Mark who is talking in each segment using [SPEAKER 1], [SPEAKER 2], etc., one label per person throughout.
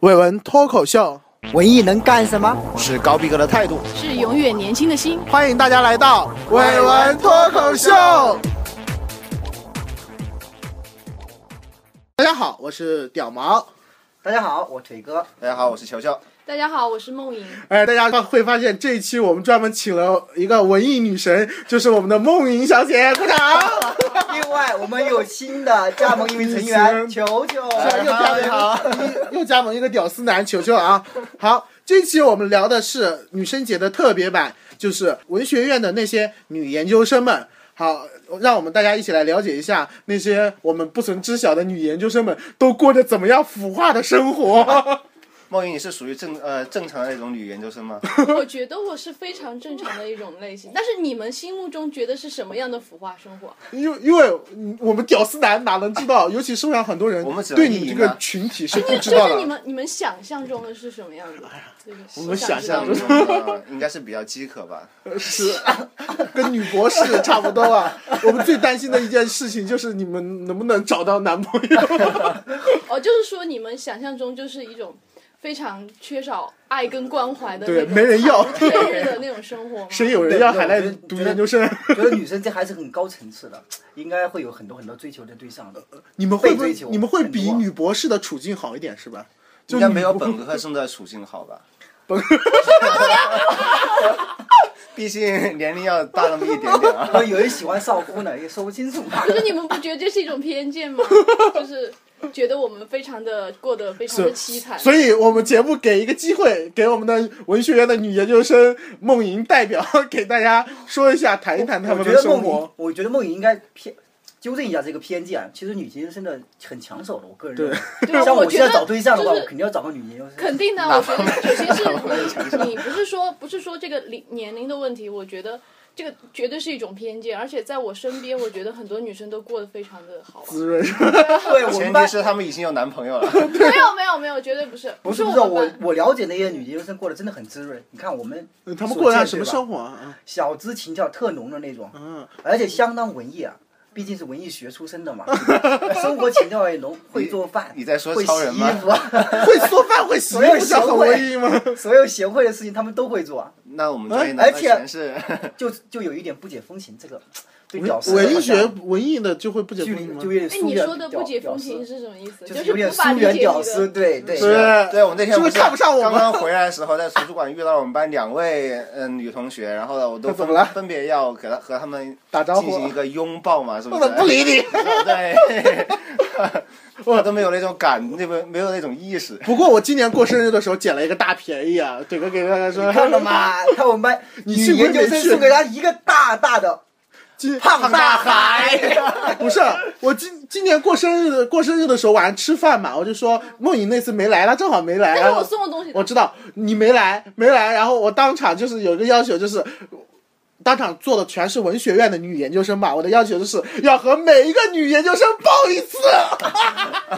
[SPEAKER 1] 伟文脱口秀
[SPEAKER 2] 文艺能干什么？
[SPEAKER 3] 是高逼格的态度。
[SPEAKER 4] 是永远年轻的心。
[SPEAKER 1] 欢迎大家来到伟文脱口秀。大家好，我是屌毛。
[SPEAKER 2] 大家好，我腿哥。
[SPEAKER 3] 大家好，我是球球。
[SPEAKER 4] 大家好，我是梦莹。
[SPEAKER 1] 哎，大家会发现这一期我们专门请了一个文艺女神，就是我们的梦莹小姐，鼓掌！
[SPEAKER 2] 另外，我们有新的加盟一名成员，球 球。
[SPEAKER 1] 啊又加盟一 又加盟一个屌丝男，球球啊！好，这期我们聊的是女生节的特别版，就是文学院的那些女研究生们。好，让我们大家一起来了解一下那些我们不曾知晓的女研究生们都过着怎么样腐化的生活。
[SPEAKER 3] 梦莹，你是属于正呃正常的那种女研究 生吗？
[SPEAKER 4] 我觉得我是非常正常的一种类型，但是你们心目中觉得是什么样的腐化生活？
[SPEAKER 1] 因为因为我们屌丝男哪能知道？尤其社会上很多人
[SPEAKER 3] 我们只能
[SPEAKER 1] 对你
[SPEAKER 3] 意
[SPEAKER 1] 这
[SPEAKER 3] 淫
[SPEAKER 1] 个
[SPEAKER 3] 啊
[SPEAKER 1] 群体是不
[SPEAKER 4] 就
[SPEAKER 1] 知道
[SPEAKER 4] 哎是你
[SPEAKER 1] 的。
[SPEAKER 4] 们你们想象中的是什么样的？这个
[SPEAKER 1] 我们想象
[SPEAKER 4] 想象
[SPEAKER 3] 像
[SPEAKER 1] 中
[SPEAKER 4] 中
[SPEAKER 3] 我们呃应该是比较饥渴 吧。
[SPEAKER 1] 是， 跟女博士差不多啊。我们最担心的一件事情就是你们能不能找到男朋友。
[SPEAKER 4] 哦，就是说你们想象中就是一种非常缺少爱跟关怀的
[SPEAKER 1] 对
[SPEAKER 4] 那种
[SPEAKER 1] 没人要
[SPEAKER 4] 惨无天日的那种生活 吗？
[SPEAKER 1] 谁有人要还来读研究生？
[SPEAKER 2] 觉得女生这还是很高层次的，应该会有很多很多追求的对象的。
[SPEAKER 1] 你们会不
[SPEAKER 2] 被
[SPEAKER 1] 会
[SPEAKER 2] 追求
[SPEAKER 1] 你们会比
[SPEAKER 2] 很多啊
[SPEAKER 1] 女博士的处境好一点是吧？就
[SPEAKER 3] 应该
[SPEAKER 1] 女
[SPEAKER 3] 没有
[SPEAKER 1] 博
[SPEAKER 3] 本科生的处境好吧？
[SPEAKER 1] 本
[SPEAKER 3] 毕竟年龄要大那么一点点啊。
[SPEAKER 2] 然后有人喜欢少夫呢，也说不清楚。
[SPEAKER 4] 就是你们不觉得这是一种偏见吗？就是觉得我们非常的过得非常的凄惨。
[SPEAKER 1] 所以我们节目给一个机会，给我们的文学院的女研究生梦莹代表，给大家说一下，谈一谈她
[SPEAKER 2] 我
[SPEAKER 1] 们
[SPEAKER 2] 觉
[SPEAKER 1] 的
[SPEAKER 2] 得
[SPEAKER 1] 生
[SPEAKER 2] 梦莹
[SPEAKER 1] 活。，
[SPEAKER 2] 我觉得梦莹应该偏纠正一下这个偏见。啊其实女研究生的很抢手的，我个人认为。
[SPEAKER 4] 对啊
[SPEAKER 2] 像
[SPEAKER 4] 我
[SPEAKER 2] 我
[SPEAKER 4] 觉
[SPEAKER 2] 现
[SPEAKER 4] 得
[SPEAKER 2] 在找对象的话，
[SPEAKER 4] 就是
[SPEAKER 2] 我肯定要找个女研究生。
[SPEAKER 4] 肯定的，我觉得首先是你不是说不是说这个龄年龄的问题，我觉得这个绝对是一种偏见，而且在我身边，我觉得很多女生都过得非常的好。
[SPEAKER 1] 滋润，
[SPEAKER 2] 对， 我们
[SPEAKER 3] 前
[SPEAKER 2] 班
[SPEAKER 3] 提是他们已经有男朋友 了。
[SPEAKER 4] 没有没有没有，绝对不是，
[SPEAKER 2] 不是
[SPEAKER 4] 我
[SPEAKER 2] 不是，
[SPEAKER 4] 们
[SPEAKER 2] 我
[SPEAKER 4] 班。
[SPEAKER 2] 我了解那些女研究生过得真的很滋润。你看我们
[SPEAKER 1] 他们
[SPEAKER 2] 所
[SPEAKER 1] 过上
[SPEAKER 2] 见
[SPEAKER 1] 什么
[SPEAKER 2] 对吧
[SPEAKER 1] 生活啊？
[SPEAKER 2] 小资情调特浓的那种，
[SPEAKER 1] 嗯，
[SPEAKER 2] 而且相当文艺啊，毕竟是文艺学出身的嘛， 生活情调也浓，会做饭，
[SPEAKER 3] 你在说
[SPEAKER 2] 会
[SPEAKER 3] 超人吗
[SPEAKER 2] 洗衣服啊，
[SPEAKER 1] 会做饭会洗
[SPEAKER 2] 所有
[SPEAKER 1] 衣服叫
[SPEAKER 2] 社
[SPEAKER 1] 很
[SPEAKER 2] 会
[SPEAKER 1] 文艺吗？
[SPEAKER 2] 所有贤惠的事情他们都会做啊，
[SPEAKER 3] 那我们专业
[SPEAKER 2] 而
[SPEAKER 3] 男的
[SPEAKER 2] 且
[SPEAKER 3] 全是
[SPEAKER 2] 就就有一点不解风情，这个对屌丝
[SPEAKER 1] 文艺
[SPEAKER 2] 好像
[SPEAKER 1] 学文艺的就会不解
[SPEAKER 2] 距
[SPEAKER 1] 风情
[SPEAKER 2] 离
[SPEAKER 1] 吗
[SPEAKER 2] 就？有点
[SPEAKER 4] 哎，
[SPEAKER 2] 疏
[SPEAKER 4] 你
[SPEAKER 2] 远
[SPEAKER 4] 说的不解
[SPEAKER 2] 屌
[SPEAKER 4] 风
[SPEAKER 2] 丝
[SPEAKER 4] 情是什么意思？
[SPEAKER 2] 就是有点
[SPEAKER 4] 无法
[SPEAKER 2] 疏
[SPEAKER 4] 理
[SPEAKER 2] 远
[SPEAKER 4] 解
[SPEAKER 2] 屌
[SPEAKER 4] 你的
[SPEAKER 2] 丝，对对。
[SPEAKER 1] 是
[SPEAKER 3] 对，我那天
[SPEAKER 1] 是不是
[SPEAKER 3] 不
[SPEAKER 1] 看不上我
[SPEAKER 3] 刚
[SPEAKER 1] 们
[SPEAKER 3] 刚回来的时候，在图书馆遇到了我们班两位嗯、女同学，然后呢，我都
[SPEAKER 1] 那 怎
[SPEAKER 3] 分
[SPEAKER 1] 么了
[SPEAKER 3] 分别要给她和她们
[SPEAKER 1] 打招呼
[SPEAKER 3] 进行一个拥抱嘛，是不
[SPEAKER 1] 不
[SPEAKER 3] 是？
[SPEAKER 1] 能不理你。
[SPEAKER 3] 对， 我都没有那种感，那个没有那种意识。
[SPEAKER 1] 不过我今年过生日的时候捡了一个大便宜啊，整个给大家说，
[SPEAKER 2] 你看了？吗？看我们班
[SPEAKER 1] 你
[SPEAKER 2] 女
[SPEAKER 1] 幸亏
[SPEAKER 2] 研究
[SPEAKER 1] 没
[SPEAKER 2] 生
[SPEAKER 1] 去
[SPEAKER 2] 送给他一个大大的
[SPEAKER 1] 今
[SPEAKER 2] 胖大海，
[SPEAKER 1] 不是我今今年过生日的过生日的时候晚上吃饭嘛，我就说梦颖那次没来，她正好没来。
[SPEAKER 4] 但
[SPEAKER 1] 然
[SPEAKER 4] 是
[SPEAKER 1] 后
[SPEAKER 4] 我送的东西，
[SPEAKER 1] 我知道你没来，没来，然后我当场就是有一个要求，就是当场坐的全是文学院的女研究生嘛，我的要求就是要和每一个女研究生抱一次，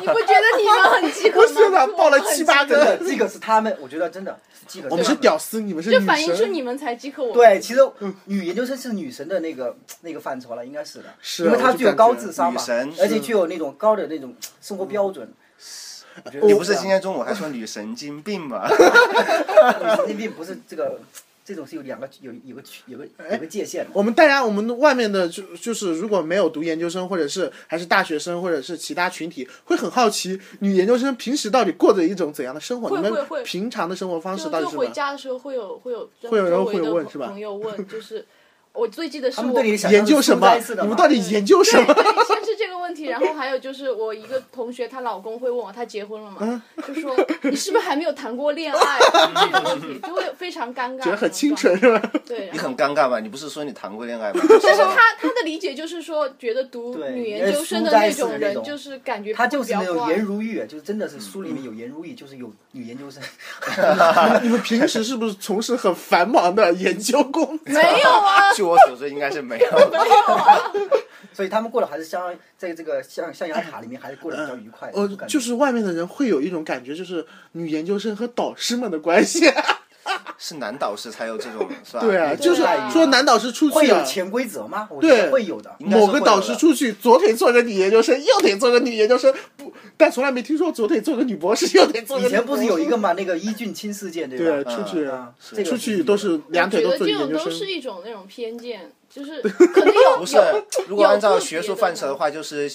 [SPEAKER 4] 你不觉得你们很饥 渴
[SPEAKER 1] 我
[SPEAKER 4] 吗？
[SPEAKER 1] 现在抱了
[SPEAKER 4] 我们很
[SPEAKER 1] 七八
[SPEAKER 2] 真的，
[SPEAKER 1] 个。
[SPEAKER 2] 这个是他们，我觉得真的是这个。
[SPEAKER 1] 我们是屌丝，你们是
[SPEAKER 4] 饥渴，
[SPEAKER 1] 女
[SPEAKER 4] 就反映出
[SPEAKER 1] 生。
[SPEAKER 4] 你们才饥渴，我们
[SPEAKER 1] 嗯
[SPEAKER 2] 对，其实女研究生是女神的那个那个范畴了，应该是的，
[SPEAKER 1] 是
[SPEAKER 2] 因为她具有高智商
[SPEAKER 3] 女
[SPEAKER 2] 嘛
[SPEAKER 3] 神，
[SPEAKER 2] 而且具有那种高的那种生活标准。我觉得
[SPEAKER 3] 你
[SPEAKER 2] 这
[SPEAKER 3] 不是
[SPEAKER 2] 样
[SPEAKER 3] 今 天中午还说女神经病吗？
[SPEAKER 2] 女神经病不是这个，这种是有两个有有个区有个有个界限的。
[SPEAKER 1] 哎我们大家，我们外面的就就是如果没有读研究生，或者是还是大学生，或者是其他群体，会很好奇女研究生平时到底过着一种怎样的生活？
[SPEAKER 4] 会
[SPEAKER 1] 你
[SPEAKER 4] 会
[SPEAKER 1] 们
[SPEAKER 4] 会
[SPEAKER 1] 平常的生活方式
[SPEAKER 4] 就
[SPEAKER 1] 到底
[SPEAKER 4] 就是
[SPEAKER 1] 什
[SPEAKER 4] 回
[SPEAKER 1] 么？
[SPEAKER 4] 家的时候会有会有
[SPEAKER 1] 会有人
[SPEAKER 4] 周围
[SPEAKER 1] 会
[SPEAKER 4] 的
[SPEAKER 1] 问是吧
[SPEAKER 4] 朋友问，就是我最记得是
[SPEAKER 2] 他
[SPEAKER 4] 我
[SPEAKER 2] 们对你的想象
[SPEAKER 1] 研究
[SPEAKER 2] 是
[SPEAKER 1] 什
[SPEAKER 2] 书
[SPEAKER 1] 么
[SPEAKER 2] 斋式？的
[SPEAKER 1] 你们
[SPEAKER 2] 嘛
[SPEAKER 1] 到底研究什么？
[SPEAKER 4] 对，先是这个问题，然后还有就是我一个同学，她老公会问我，她结婚了
[SPEAKER 1] 嗯
[SPEAKER 4] 嘛，就说你是不是还没有谈过恋爱？这种问题就会非常尴尬，
[SPEAKER 1] 觉得很 清纯。是吧？
[SPEAKER 4] 对，然
[SPEAKER 3] 你
[SPEAKER 4] 后
[SPEAKER 3] 很尴尬吧？你不是说你谈过恋爱吗？
[SPEAKER 4] 就是他他的理解就是说，觉得读
[SPEAKER 2] 对
[SPEAKER 4] 女研究生的
[SPEAKER 2] 因
[SPEAKER 4] 那种
[SPEAKER 2] 为书斋式的那
[SPEAKER 4] 人
[SPEAKER 2] 种
[SPEAKER 4] 就是感觉
[SPEAKER 2] 她就是那
[SPEAKER 4] 比较
[SPEAKER 2] 种
[SPEAKER 4] 花
[SPEAKER 2] 颜如玉，就是真的
[SPEAKER 1] 嗯
[SPEAKER 2] 是书里面有颜如玉，就是有女研究生。
[SPEAKER 1] 你们平时是不是从事很繁忙的研究工作？
[SPEAKER 4] 没 有啊，
[SPEAKER 3] 据我所知，应该是没有。
[SPEAKER 4] 没有啊，
[SPEAKER 2] 所以他们过得还是相在这个象象牙塔里面还是过得比较愉快的。
[SPEAKER 1] 呃
[SPEAKER 2] 我，感觉
[SPEAKER 1] 就是外面的人会有一种感觉，就是女研究生和导师们的关系。
[SPEAKER 3] 是男导师才有这种，是吧？
[SPEAKER 1] 对啊，
[SPEAKER 4] 对
[SPEAKER 1] 就是
[SPEAKER 4] 啊
[SPEAKER 1] 说男导师出
[SPEAKER 2] 会
[SPEAKER 1] 去
[SPEAKER 2] 有
[SPEAKER 1] 啊，
[SPEAKER 2] 潜规则吗？我觉
[SPEAKER 1] 对
[SPEAKER 2] 得会有的。
[SPEAKER 3] 应该是
[SPEAKER 1] 某
[SPEAKER 3] 会
[SPEAKER 1] 个
[SPEAKER 3] 有
[SPEAKER 1] 导
[SPEAKER 3] 的
[SPEAKER 1] 师出去，左腿做个女研究生，右腿做个女研究生，不，但从来没听说左腿做个女博士，右腿做个
[SPEAKER 2] 以
[SPEAKER 1] 女
[SPEAKER 2] 前不是有一
[SPEAKER 1] 博士
[SPEAKER 2] 个嘛，那个伊俊清事件
[SPEAKER 1] 对
[SPEAKER 2] 对吧？
[SPEAKER 1] 出去
[SPEAKER 2] 啊，这
[SPEAKER 1] 对
[SPEAKER 2] 个
[SPEAKER 1] 出去都是两
[SPEAKER 4] 觉
[SPEAKER 1] 腿都
[SPEAKER 4] 得
[SPEAKER 1] 做
[SPEAKER 4] 这
[SPEAKER 1] 女研
[SPEAKER 4] 种
[SPEAKER 1] 究
[SPEAKER 4] 都
[SPEAKER 1] 生，
[SPEAKER 4] 是一种那种偏见， 就是可能有啊
[SPEAKER 3] 不是
[SPEAKER 4] 有，
[SPEAKER 3] 如果
[SPEAKER 4] 有
[SPEAKER 3] 按照
[SPEAKER 4] 个
[SPEAKER 3] 学
[SPEAKER 4] 别
[SPEAKER 3] 术
[SPEAKER 4] 的
[SPEAKER 3] 范
[SPEAKER 4] 呢
[SPEAKER 3] 畴的话，就是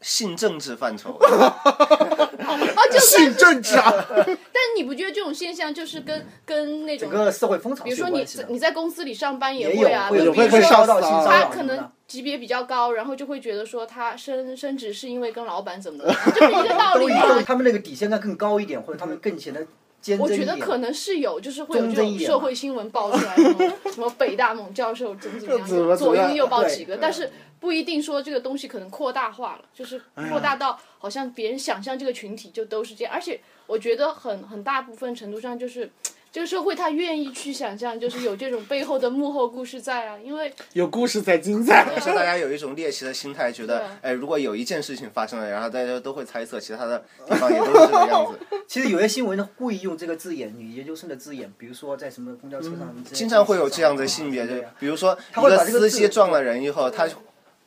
[SPEAKER 3] 性政治范畴。
[SPEAKER 4] 啊，就是
[SPEAKER 1] 性政治啊，
[SPEAKER 4] 但你不觉得这种现象就是跟跟那
[SPEAKER 2] 整
[SPEAKER 4] 种，
[SPEAKER 2] 个社会风潮
[SPEAKER 4] 比如
[SPEAKER 2] 是有
[SPEAKER 4] 说你
[SPEAKER 2] 关系的。
[SPEAKER 4] 你在公司里上班
[SPEAKER 2] 也
[SPEAKER 4] 会
[SPEAKER 2] 有
[SPEAKER 4] 啊，
[SPEAKER 1] 有
[SPEAKER 4] 就
[SPEAKER 2] 有
[SPEAKER 4] 比
[SPEAKER 1] 会
[SPEAKER 4] 如
[SPEAKER 1] 被
[SPEAKER 4] 说
[SPEAKER 1] 烧
[SPEAKER 2] 烧
[SPEAKER 1] 到
[SPEAKER 2] 到
[SPEAKER 1] 性
[SPEAKER 2] 啊性
[SPEAKER 1] 骚
[SPEAKER 2] 骚
[SPEAKER 1] 扰
[SPEAKER 4] 他
[SPEAKER 2] 扰，
[SPEAKER 4] 可能级别比较高，然后就会觉得说他升升职是因为跟老板怎么的，这不一个道
[SPEAKER 2] 都
[SPEAKER 4] 理
[SPEAKER 2] 以后
[SPEAKER 4] 吗？
[SPEAKER 2] 他们那个底线该更高一点，或者他们更显得坚
[SPEAKER 4] 我
[SPEAKER 2] 贞
[SPEAKER 4] 觉
[SPEAKER 2] 一
[SPEAKER 4] 得
[SPEAKER 2] 点。
[SPEAKER 4] 可能是有，就是会有这
[SPEAKER 2] 忠贞一
[SPEAKER 4] 种
[SPEAKER 2] 点
[SPEAKER 4] 社
[SPEAKER 2] 嘛
[SPEAKER 4] 会新闻爆 出来，什么什么北大某教授怎么怎么样，
[SPEAKER 1] 怎么怎
[SPEAKER 4] 左
[SPEAKER 1] 么样
[SPEAKER 4] 拥右抱
[SPEAKER 2] 对
[SPEAKER 4] 几个，但是不一定说这个东西可能扩大化了，就是
[SPEAKER 2] 哎
[SPEAKER 4] 扩大到好像别人想象这个群体就都是这样，而且我觉得很很大部分程度上就是。这个社会他愿意去想象，就是有这种背后的幕后故事在啊，因为
[SPEAKER 1] 有故事才精彩。
[SPEAKER 3] 是大家有一种猎奇的心态，觉
[SPEAKER 4] 对
[SPEAKER 3] 得哎，如果有一件事情发生了，然后大家都会猜测其他的地方也都是这个样子，
[SPEAKER 2] 其实有些新闻呢故意用这个字眼，女研究生的字眼，比如说在什么公交车上，
[SPEAKER 3] 嗯经常会有这样的性别，就
[SPEAKER 2] 对啊
[SPEAKER 3] 比如说一
[SPEAKER 2] 会把这个字
[SPEAKER 3] 司机撞了人以后，他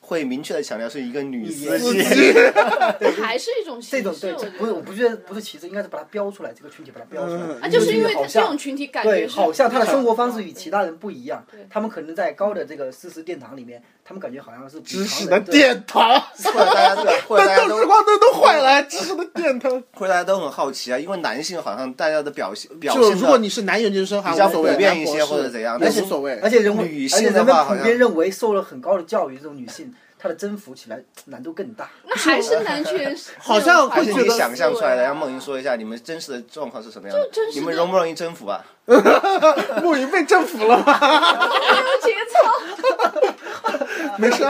[SPEAKER 3] 会明确的强调是一个女司
[SPEAKER 2] 司
[SPEAKER 3] 机。
[SPEAKER 4] 还是一种形
[SPEAKER 2] 这种
[SPEAKER 4] 式，
[SPEAKER 2] 对，
[SPEAKER 4] 我
[SPEAKER 2] 这不是
[SPEAKER 4] 觉得
[SPEAKER 2] 我不觉得不是歧视，应该是把它标出来，这个群体把它标出
[SPEAKER 3] 嗯
[SPEAKER 2] 来。
[SPEAKER 4] 啊，就是因为
[SPEAKER 2] 好
[SPEAKER 4] 这
[SPEAKER 2] 像
[SPEAKER 4] 种群体感
[SPEAKER 2] 对，
[SPEAKER 4] 觉是
[SPEAKER 2] 好像他的生活方式与其他人不一样
[SPEAKER 4] 对，
[SPEAKER 2] 他们可能在高的这个知识殿堂里面，他们感觉好像是
[SPEAKER 1] 知
[SPEAKER 2] 知
[SPEAKER 1] 识的殿堂，
[SPEAKER 3] 或者大家对，或者大
[SPEAKER 1] 但
[SPEAKER 3] 家
[SPEAKER 1] 都市
[SPEAKER 3] 都，
[SPEAKER 1] 光灯都坏了，知识的殿 堂。
[SPEAKER 3] 或者大家都很好奇啊，因为男性好像大家的表现表
[SPEAKER 1] 就
[SPEAKER 3] 现
[SPEAKER 1] 如果
[SPEAKER 3] 的
[SPEAKER 1] 你是男研究生，还
[SPEAKER 3] 比较
[SPEAKER 1] 无所谓，
[SPEAKER 3] 普遍
[SPEAKER 1] 男
[SPEAKER 3] 一
[SPEAKER 1] 博
[SPEAKER 3] 些
[SPEAKER 1] 士
[SPEAKER 3] 或者怎样
[SPEAKER 1] 也
[SPEAKER 3] 但是
[SPEAKER 1] 无所谓。
[SPEAKER 2] 而且人们
[SPEAKER 3] 女
[SPEAKER 2] 而且
[SPEAKER 3] 性的
[SPEAKER 2] 人们
[SPEAKER 3] 话好
[SPEAKER 2] 普
[SPEAKER 3] 像
[SPEAKER 2] 遍认为受了很高的教育，这种女性她的征服起来难度更大。
[SPEAKER 4] 那还是男权，
[SPEAKER 1] 好像
[SPEAKER 3] 还
[SPEAKER 1] 会
[SPEAKER 3] 是
[SPEAKER 1] 觉
[SPEAKER 3] 你
[SPEAKER 1] 得
[SPEAKER 3] 想象出来的。让梦莹说一下你们真实的状况是什么样的
[SPEAKER 4] 真，实
[SPEAKER 3] 你
[SPEAKER 4] 的
[SPEAKER 3] 们容不容易征服啊？
[SPEAKER 1] 木鱼被征服了吗？
[SPEAKER 4] 节操，
[SPEAKER 1] 没事，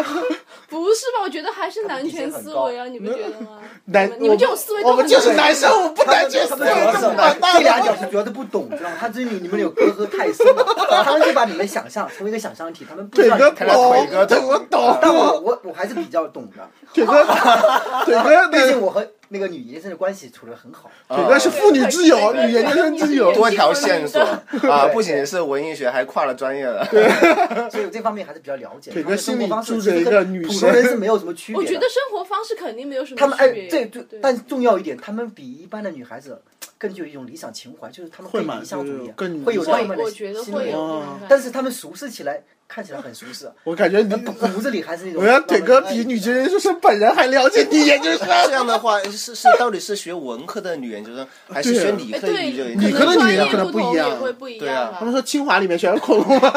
[SPEAKER 4] 不是吧？我觉得还是男权思维啊，你不觉得 吗？
[SPEAKER 1] 男
[SPEAKER 4] 你们这种思维都
[SPEAKER 1] 我们就是
[SPEAKER 4] 很
[SPEAKER 1] 男生，我们不
[SPEAKER 2] 他
[SPEAKER 1] 男
[SPEAKER 2] 们
[SPEAKER 1] 角
[SPEAKER 2] 他
[SPEAKER 1] 色，
[SPEAKER 2] 们主要是
[SPEAKER 1] 这么完
[SPEAKER 2] 这
[SPEAKER 1] 蛋
[SPEAKER 2] 俩
[SPEAKER 1] 了。
[SPEAKER 2] 角是主要是不懂，知道吗？他对你你们有隔阂太深了，他们就把你们想象成为一个想象体，他们不
[SPEAKER 1] 腿
[SPEAKER 2] 知道
[SPEAKER 1] 哥
[SPEAKER 2] 你
[SPEAKER 1] 懂
[SPEAKER 2] 看到腿，
[SPEAKER 3] 哥
[SPEAKER 1] 腿哥
[SPEAKER 2] 但
[SPEAKER 1] 懂，
[SPEAKER 2] 我我我还是比较懂的，
[SPEAKER 1] 腿哥，腿 哥
[SPEAKER 2] 毕
[SPEAKER 1] 那
[SPEAKER 2] 竟我和那个女研究生的关系处得很好。
[SPEAKER 1] 腿哥是妇女之友，
[SPEAKER 4] 对
[SPEAKER 1] 女研究生之友
[SPEAKER 4] 对。
[SPEAKER 3] 多条线索啊，
[SPEAKER 2] 对
[SPEAKER 3] 不仅是文艺学，还跨了专业了。
[SPEAKER 2] 所以我这方面还是比较了解。
[SPEAKER 1] 腿哥
[SPEAKER 2] 他们的生活方式
[SPEAKER 1] 心里住着一个女生
[SPEAKER 2] 其实跟普通人是没有什么区别
[SPEAKER 4] 我
[SPEAKER 2] 的。
[SPEAKER 4] 觉得生活方式肯定没有什么
[SPEAKER 2] 他们
[SPEAKER 4] 区
[SPEAKER 2] 哎，
[SPEAKER 4] 别
[SPEAKER 2] 这这，但重要一点，他们比一般的女孩子更具有一种理想情怀，就是他们
[SPEAKER 1] 会
[SPEAKER 2] 更
[SPEAKER 1] 嘛
[SPEAKER 2] 理想主
[SPEAKER 1] 就是
[SPEAKER 2] 义，啊
[SPEAKER 1] 更
[SPEAKER 2] 会有
[SPEAKER 1] 理想
[SPEAKER 2] 浪
[SPEAKER 4] 我
[SPEAKER 2] 漫
[SPEAKER 4] 我
[SPEAKER 2] 的
[SPEAKER 4] 觉
[SPEAKER 2] 心
[SPEAKER 4] 得
[SPEAKER 2] 理。啊
[SPEAKER 4] 会有这
[SPEAKER 1] 哦
[SPEAKER 4] 种感
[SPEAKER 2] 但
[SPEAKER 4] 觉。
[SPEAKER 2] 是他们熟识起来看起来很熟识，
[SPEAKER 1] 我感觉你，
[SPEAKER 2] 骨子里还是那种。
[SPEAKER 1] 我要腿哥比女研究生本人还了解女研究生。
[SPEAKER 3] 这样的话，是是到底是学文科的女研究生，还是
[SPEAKER 1] 对啊
[SPEAKER 3] 学理
[SPEAKER 4] 哎，
[SPEAKER 3] 科的女
[SPEAKER 4] 对，
[SPEAKER 3] 研究
[SPEAKER 1] 理科
[SPEAKER 3] 生？
[SPEAKER 1] 的
[SPEAKER 4] 专
[SPEAKER 1] 女
[SPEAKER 4] 业
[SPEAKER 1] 人可能
[SPEAKER 4] 不
[SPEAKER 1] 不一
[SPEAKER 4] 同
[SPEAKER 1] 样
[SPEAKER 4] 也会不一
[SPEAKER 3] 对
[SPEAKER 4] 样
[SPEAKER 3] 啊
[SPEAKER 1] 他们
[SPEAKER 4] 吧。
[SPEAKER 1] 说清华里面全是恐龙吗？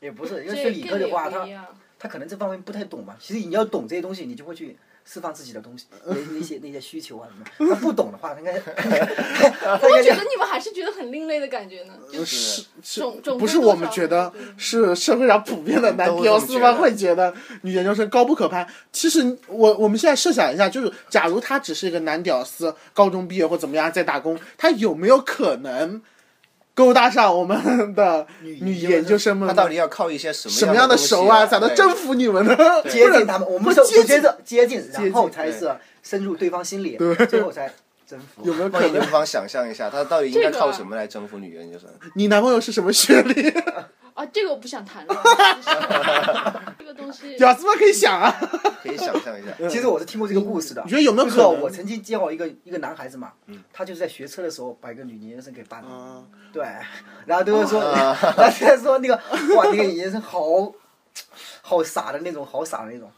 [SPEAKER 2] 也不是，因
[SPEAKER 4] 这
[SPEAKER 2] 为学理科的话，
[SPEAKER 4] 更也
[SPEAKER 2] 他
[SPEAKER 4] 不一样
[SPEAKER 2] 他可能这方面不太懂嘛。其实你要懂这些东西，你就会去释放自己的 东西，那那些那些需求啊什么的。他不懂的话，他应该他应
[SPEAKER 4] 我
[SPEAKER 2] 该
[SPEAKER 4] 觉
[SPEAKER 2] 就
[SPEAKER 4] 得你们还是觉得很另类的感觉呢，就是
[SPEAKER 1] 是
[SPEAKER 4] 种种
[SPEAKER 1] 不是
[SPEAKER 4] 多
[SPEAKER 1] 我们
[SPEAKER 4] 少
[SPEAKER 1] 觉得
[SPEAKER 4] 对，
[SPEAKER 1] 是社会上普遍的男
[SPEAKER 3] 都这
[SPEAKER 1] 屌
[SPEAKER 3] 么
[SPEAKER 1] 丝们
[SPEAKER 3] 觉得
[SPEAKER 1] 会觉得女研究生高不可攀。其实我我们现在设想一下，就是假如他只是一个男屌丝，高中毕业或怎么样在打工，他有没有可能勾搭上我们的
[SPEAKER 2] 女
[SPEAKER 1] 女
[SPEAKER 2] 研究
[SPEAKER 1] 研究生们
[SPEAKER 3] 她
[SPEAKER 1] 呢？
[SPEAKER 3] 到底要靠一些什
[SPEAKER 1] 什
[SPEAKER 3] 么
[SPEAKER 1] 么样的
[SPEAKER 3] 东西
[SPEAKER 1] 手腕才
[SPEAKER 3] 啊
[SPEAKER 1] 能征？服你们呢？ 不
[SPEAKER 2] 接近
[SPEAKER 1] 是
[SPEAKER 2] 他们，我
[SPEAKER 1] 不
[SPEAKER 2] 们首
[SPEAKER 1] 接
[SPEAKER 2] 首
[SPEAKER 1] 近
[SPEAKER 2] 先是接近，
[SPEAKER 1] 接
[SPEAKER 2] 然
[SPEAKER 1] 近
[SPEAKER 2] 后才是深入对方心里，最后才 征服。
[SPEAKER 1] 有没有
[SPEAKER 3] 对
[SPEAKER 1] 可
[SPEAKER 3] 梦莹，你
[SPEAKER 1] 能
[SPEAKER 3] 不妨想象一下，她到底应该
[SPEAKER 4] 这个
[SPEAKER 3] 靠什么来征服女研究生？
[SPEAKER 1] 你男朋友是什么学历？
[SPEAKER 4] 啊，这个我不想谈 了。这个东西
[SPEAKER 1] 屌丝们可以想啊。
[SPEAKER 3] 可以想象一下。
[SPEAKER 2] 其实我是听过这个故事的
[SPEAKER 1] 你。觉得有没有
[SPEAKER 2] 就
[SPEAKER 1] 可
[SPEAKER 2] 是
[SPEAKER 1] 能？
[SPEAKER 2] 我曾经见过一个一个男孩子嘛，他就是在学车的时候把一个女研究生给办了，对，然后都会说， 然后就在说那个哇，那个女研究生好好傻的那种，好傻的那种，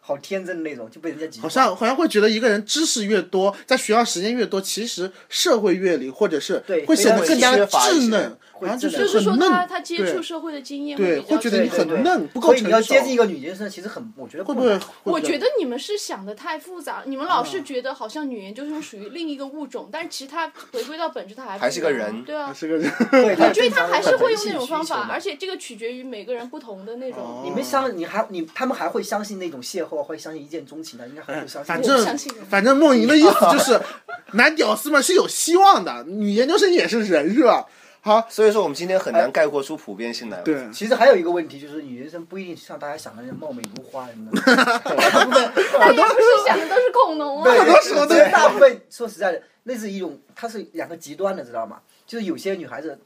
[SPEAKER 2] 好天真的那种，就被人家挤。
[SPEAKER 1] 好像好像会觉得一个人知识越多，在学校时间越多，其实社会阅历或者是
[SPEAKER 2] 对
[SPEAKER 1] 会显得更加的
[SPEAKER 3] 会缺乏一
[SPEAKER 1] 稚
[SPEAKER 3] 些
[SPEAKER 1] 嫩，好
[SPEAKER 2] 会
[SPEAKER 1] 像
[SPEAKER 2] 稚
[SPEAKER 1] 是
[SPEAKER 2] 嫩
[SPEAKER 4] 就是说
[SPEAKER 1] 很
[SPEAKER 4] 他
[SPEAKER 1] 嫩，
[SPEAKER 4] 他接触社会的经验
[SPEAKER 1] 对，
[SPEAKER 4] 比较
[SPEAKER 1] 会觉得你
[SPEAKER 4] 少
[SPEAKER 2] 对对
[SPEAKER 1] 很嫩，不够
[SPEAKER 2] 所以
[SPEAKER 1] 成
[SPEAKER 2] 你
[SPEAKER 1] 熟。
[SPEAKER 2] 要接近一个女研究生，其实很，我觉得
[SPEAKER 1] 会
[SPEAKER 2] 困
[SPEAKER 1] 不
[SPEAKER 2] 难
[SPEAKER 1] 会？
[SPEAKER 4] 我觉得你们是想的太复杂，你们老
[SPEAKER 1] 嗯
[SPEAKER 4] 是觉得好像女研究生属于另一个物种，但是其实它回归到本质，它还
[SPEAKER 3] 还是个人
[SPEAKER 4] 对啊，
[SPEAKER 1] 是个人，
[SPEAKER 2] 对，
[SPEAKER 4] 我觉得他还是会用那种
[SPEAKER 2] 正常
[SPEAKER 4] 方
[SPEAKER 2] 的需求
[SPEAKER 4] 法，
[SPEAKER 2] 嘛
[SPEAKER 4] 而且这个取决于每个人不同的那种。
[SPEAKER 2] 你们相，你还你他们还会相信那种邂逅，啊会相信一见钟情啊的，应该还会相信。
[SPEAKER 1] 反
[SPEAKER 4] 我不
[SPEAKER 1] 正
[SPEAKER 4] 相信人
[SPEAKER 1] 反正梦莹的意思 就是，男屌丝们是有希望的，女研究生也是人，是吧？好，
[SPEAKER 3] 所以说我们今天很难概括出普遍性来。
[SPEAKER 1] 对，
[SPEAKER 2] 其实还有一个问题就是，女人生不一定像大家想的那样貌美如花什么的，
[SPEAKER 4] 但也不是想的都是恐龙啊，
[SPEAKER 1] 很多时候都
[SPEAKER 2] 对，大部分说实在的，那是一种，它是两个极端的，知道吗？就是有些女孩子